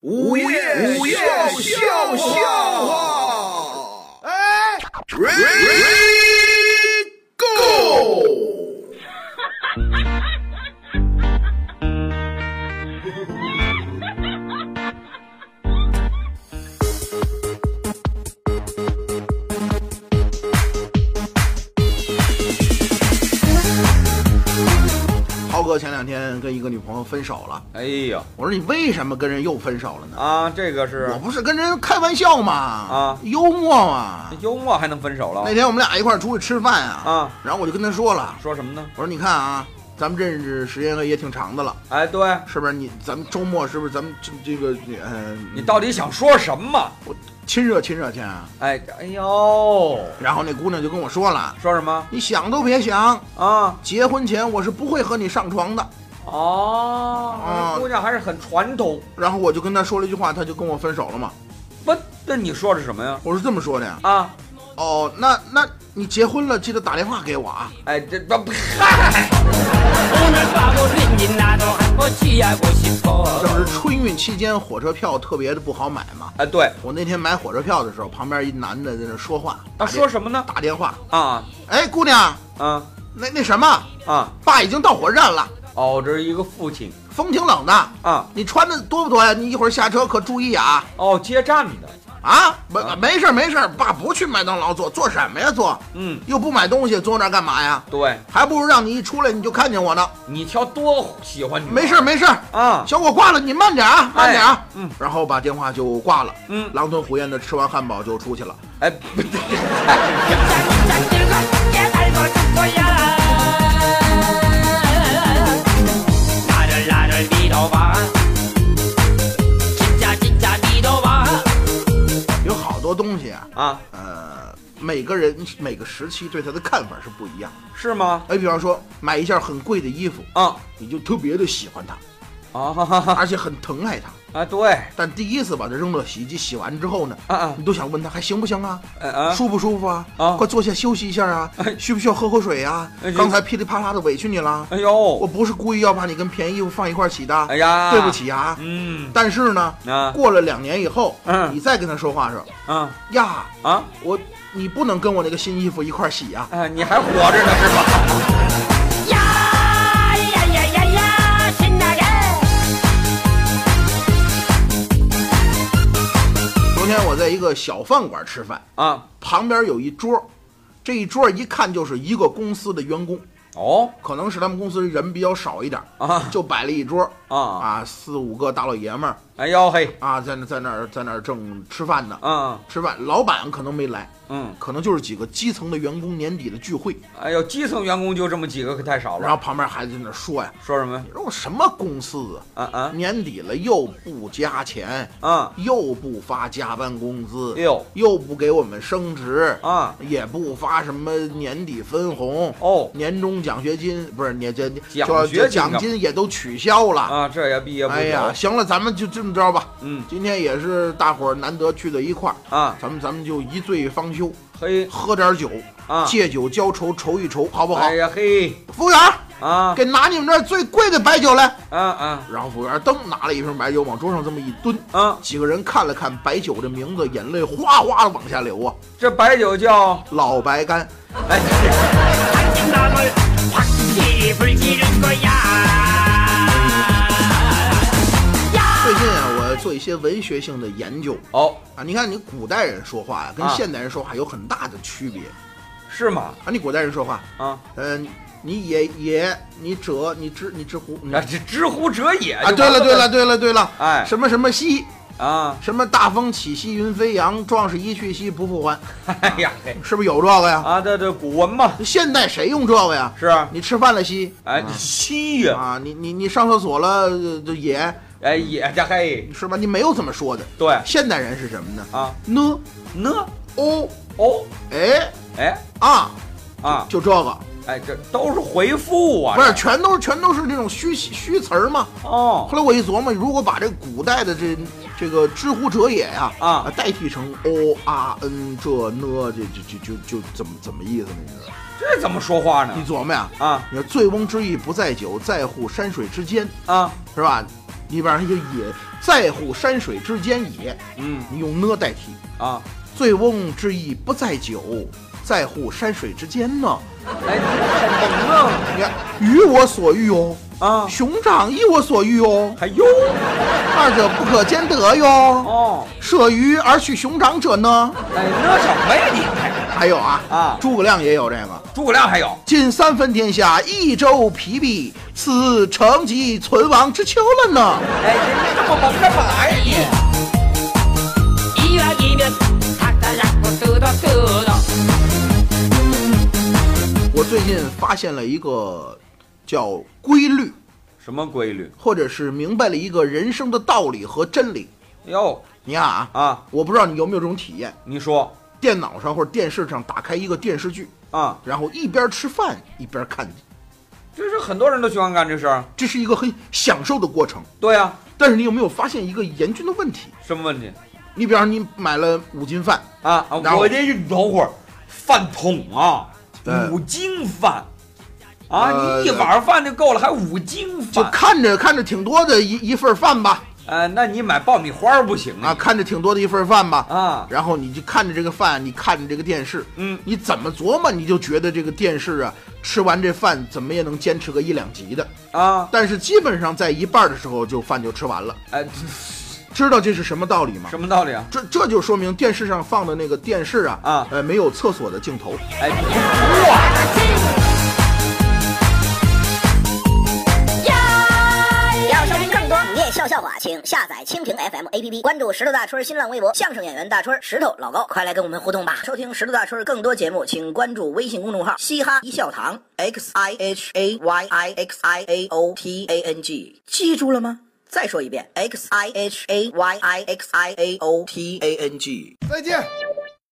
午夜午夜笑笑话，哎，Ready Go！涛哥前两天跟一个女朋友分手了，哎呦我说你为什么跟人又分手了呢？啊，这个我是不是跟人开玩笑嘛，啊幽默嘛。幽默还能分手了那天我们俩一块儿出去吃饭啊，啊？然后我就跟他说了，说什么呢？我说你看啊，咱们认识时间也挺长的了，哎，对是不是？你咱们周末是不是咱们这这个呃，你到底想说什么？亲热亲热去啊？哎，哎呦，然后那姑娘就跟我说了，说什么你想都别想，啊？结婚前我是不会和你上床的。哦，啊那姑娘还是很传统。然后我就跟她说了一句话，她就跟我分手了嘛。不，那你说的是什么呀？我是这么说的呀。啊，哦，那那你结婚了记得打电话给我啊。哎，这不嗨， 오늘 바로 린이 나도 한 번지야 고 싶어 当时春运期间火车票特别的不好买嘛。哎，对，我那天买火车票的时候，旁边一男的在那说话，那打说电什么呢？打电话，啊哎，姑娘，啊那那什么，啊！爸已经到火车站了，哦，这是一个父亲风挺冷的，啊。你穿的多不多呀？你一会儿下车可注意啊！哦，接站的，啊，没啊没事儿没事儿，爸不去麦当劳坐，做什么呀做？嗯，又不买东西，坐那儿干嘛呀？对，还不如让你一出来你就看见我呢。你瞧多喜欢你，没事儿没事儿，啊，小伙挂了，你慢点儿啊，慢点儿啊。哎嗯然后把电话就挂了。嗯，狼吞虎咽的吃完汉堡就出去了。哎，不对， 짠 들고 함께 날고 갈 거야 나를 나를 믿어봐 진짜 진짜 믿어봐 有好多东西啊，啊，呃，每个人每个时期对它的看法是不一样。是吗？哎，比方说买一件很贵的衣服，啊你就特别的喜欢它，啊哈哈哈而且很疼爱它。啊！对，但第一次把它扔到洗衣机洗完之后呢，啊啊你都想问他还行不行啊，呃啊舒不舒服啊，啊快坐下休息一下啊，需不需要喝口水啊哎？刚才噼里啪啦的委屈你了，哎我呦，不是故意要把你跟便宜衣服放一块儿洗的，哎呀，对不，起啊。嗯但是呢，啊过了两年以后，嗯你再跟他说话说啊呀，啊！我你不能跟我那个新衣服一块儿洗啊。哎，你还活着呢是吧？ 야야야야야 신나게 昨天我在一个小饭馆吃饭，啊，旁边有一桌，这一桌一看就是一个公司的员工，哦可能是他们公司人比较少一点儿，啊就摆了一桌啊！啊，四五个大老爷们儿哎呦嘿，啊，在那在那儿在那儿正吃饭呢。啊吃饭，老板可能没来，嗯，可能就是几个基层的员工年底的聚会，哎呦，基层员工就这么几个，可太少然后。了旁边还在那说呀说什么呀：“？你说我什么公司啊啊？啊年底了又不加钱，啊！又不发加班工资哎，呦又不给我们升职，啊也不发什么年底分红、哦年终奖学金，不是年这奖就学金奖金也都取消了。啊，这也毕业不哎呀，了。行了，咱们就这么着吧。嗯今天也是大伙儿难得聚到一块儿，啊，咱们咱们就一醉方休，嘿喝点酒，啊，借酒浇愁，愁一愁，好不好？哎呀嘿服务员，啊给拿你们这儿最贵的白酒来。啊啊然后服务员噔拿了一瓶白酒，往桌上这么一蹲。啊！几个人看了看白酒的名字，眼泪哗哗的往下流啊！这白酒叫老白干，哎， 당신남을 확실히 불지를 거야 最近啊，我做一些文学性的研究哦，啊。你看，你古代人说话呀、跟啊现代人说话有很大的区别是吗？啊。你古代人说话，啊。嗯、你也也，你者，你之，你之乎，你啊，这知乎者也啊，对了，对了，，对了，对了，哎什么什么西，啊，什么大风起兮云飞扬，壮士一去兮不复还，哎呀嘿，是不是有这个呀？啊，这这古文嘛，现代谁用这个呀？是啊，你吃饭了西哎，西呀，啊，你你你上厕所了呃就也哎也这嘿，是吧？你没有这么说的。对现代人是什么呢？啊，呢呢哦哦，哎哎啊，啊，就这个，哎，这都是回复啊，不是这全都是全都是这种虚虚词儿吗？哦后来我一琢磨，如果把这古代的这这个“知乎者也”呀啊代替成 o r n 这呢，这这这就就怎么怎么意思呢？你说这怎么说话呢你？琢磨呀，啊你说“醉翁之意不在酒，在乎山水之间啊，”是吧？里边还有也在乎山水之间也，嗯你用呢代替。啊，醉翁之意不在酒，在乎山水之间呢。哎，你你看，鱼我所欲哦，懂啊啊，熊掌亦我所欲哦，还哟二者不可兼得哟。哦，舍鱼而取熊掌者呢？哎，那什么呀你？还有啊啊诸葛亮也有这个。诸葛亮还有近三分天下，益州疲弊，此诚即存亡之秋了呢。哎，你怎么蒙着白呀你？ 이왕이면 탁달락고 뜯어 뜯어 我最近发现了一个叫规律，什么规律？或者是明白了一个人生的道理和真理。哟你看啊，啊，我不知道你有没有这种体验，你说电脑上或者电视上打开一个电视剧，啊，然后一边吃饭一边看，这是很多人都喜欢干这事儿。这是一个很享受的过程。对呀、但是你有没有发现一个严峻的问题？什么问题你比方说你买了五斤饭，啊？啊然后我这一等会儿饭桶啊，呃五斤饭啊，呃你一碗饭就够了，还五斤就饭？看着看着挺多的一一份饭吧，呃，那你买爆米花儿不行啊，看着挺多的一份饭吧，哎啊，然后你就看着这个饭，你看着这个电视，嗯，你怎么琢磨，你就觉得这个电视啊，吃完这饭怎么也能坚持个一两集的，啊，但是基本上在一半的时候就饭就吃完了，哎，这知道这是什么道理吗？什么道理啊？这这就说明电视上放的那个电视啊，啊呃，没有厕所的镜头。哎，哇，要收听更多午夜笑笑话，请下载蜻蜓 FM APP，关注石头大春儿新浪微博，相声演员大春儿、石头老高，快来跟我们互动吧！收听石头大春儿更多节目，请关注微信公众号“嘻哈一笑堂 ”x i h a y i x i a o t a n g，记住了吗？再说一遍，x i h a y i x i a o t a n g。再见。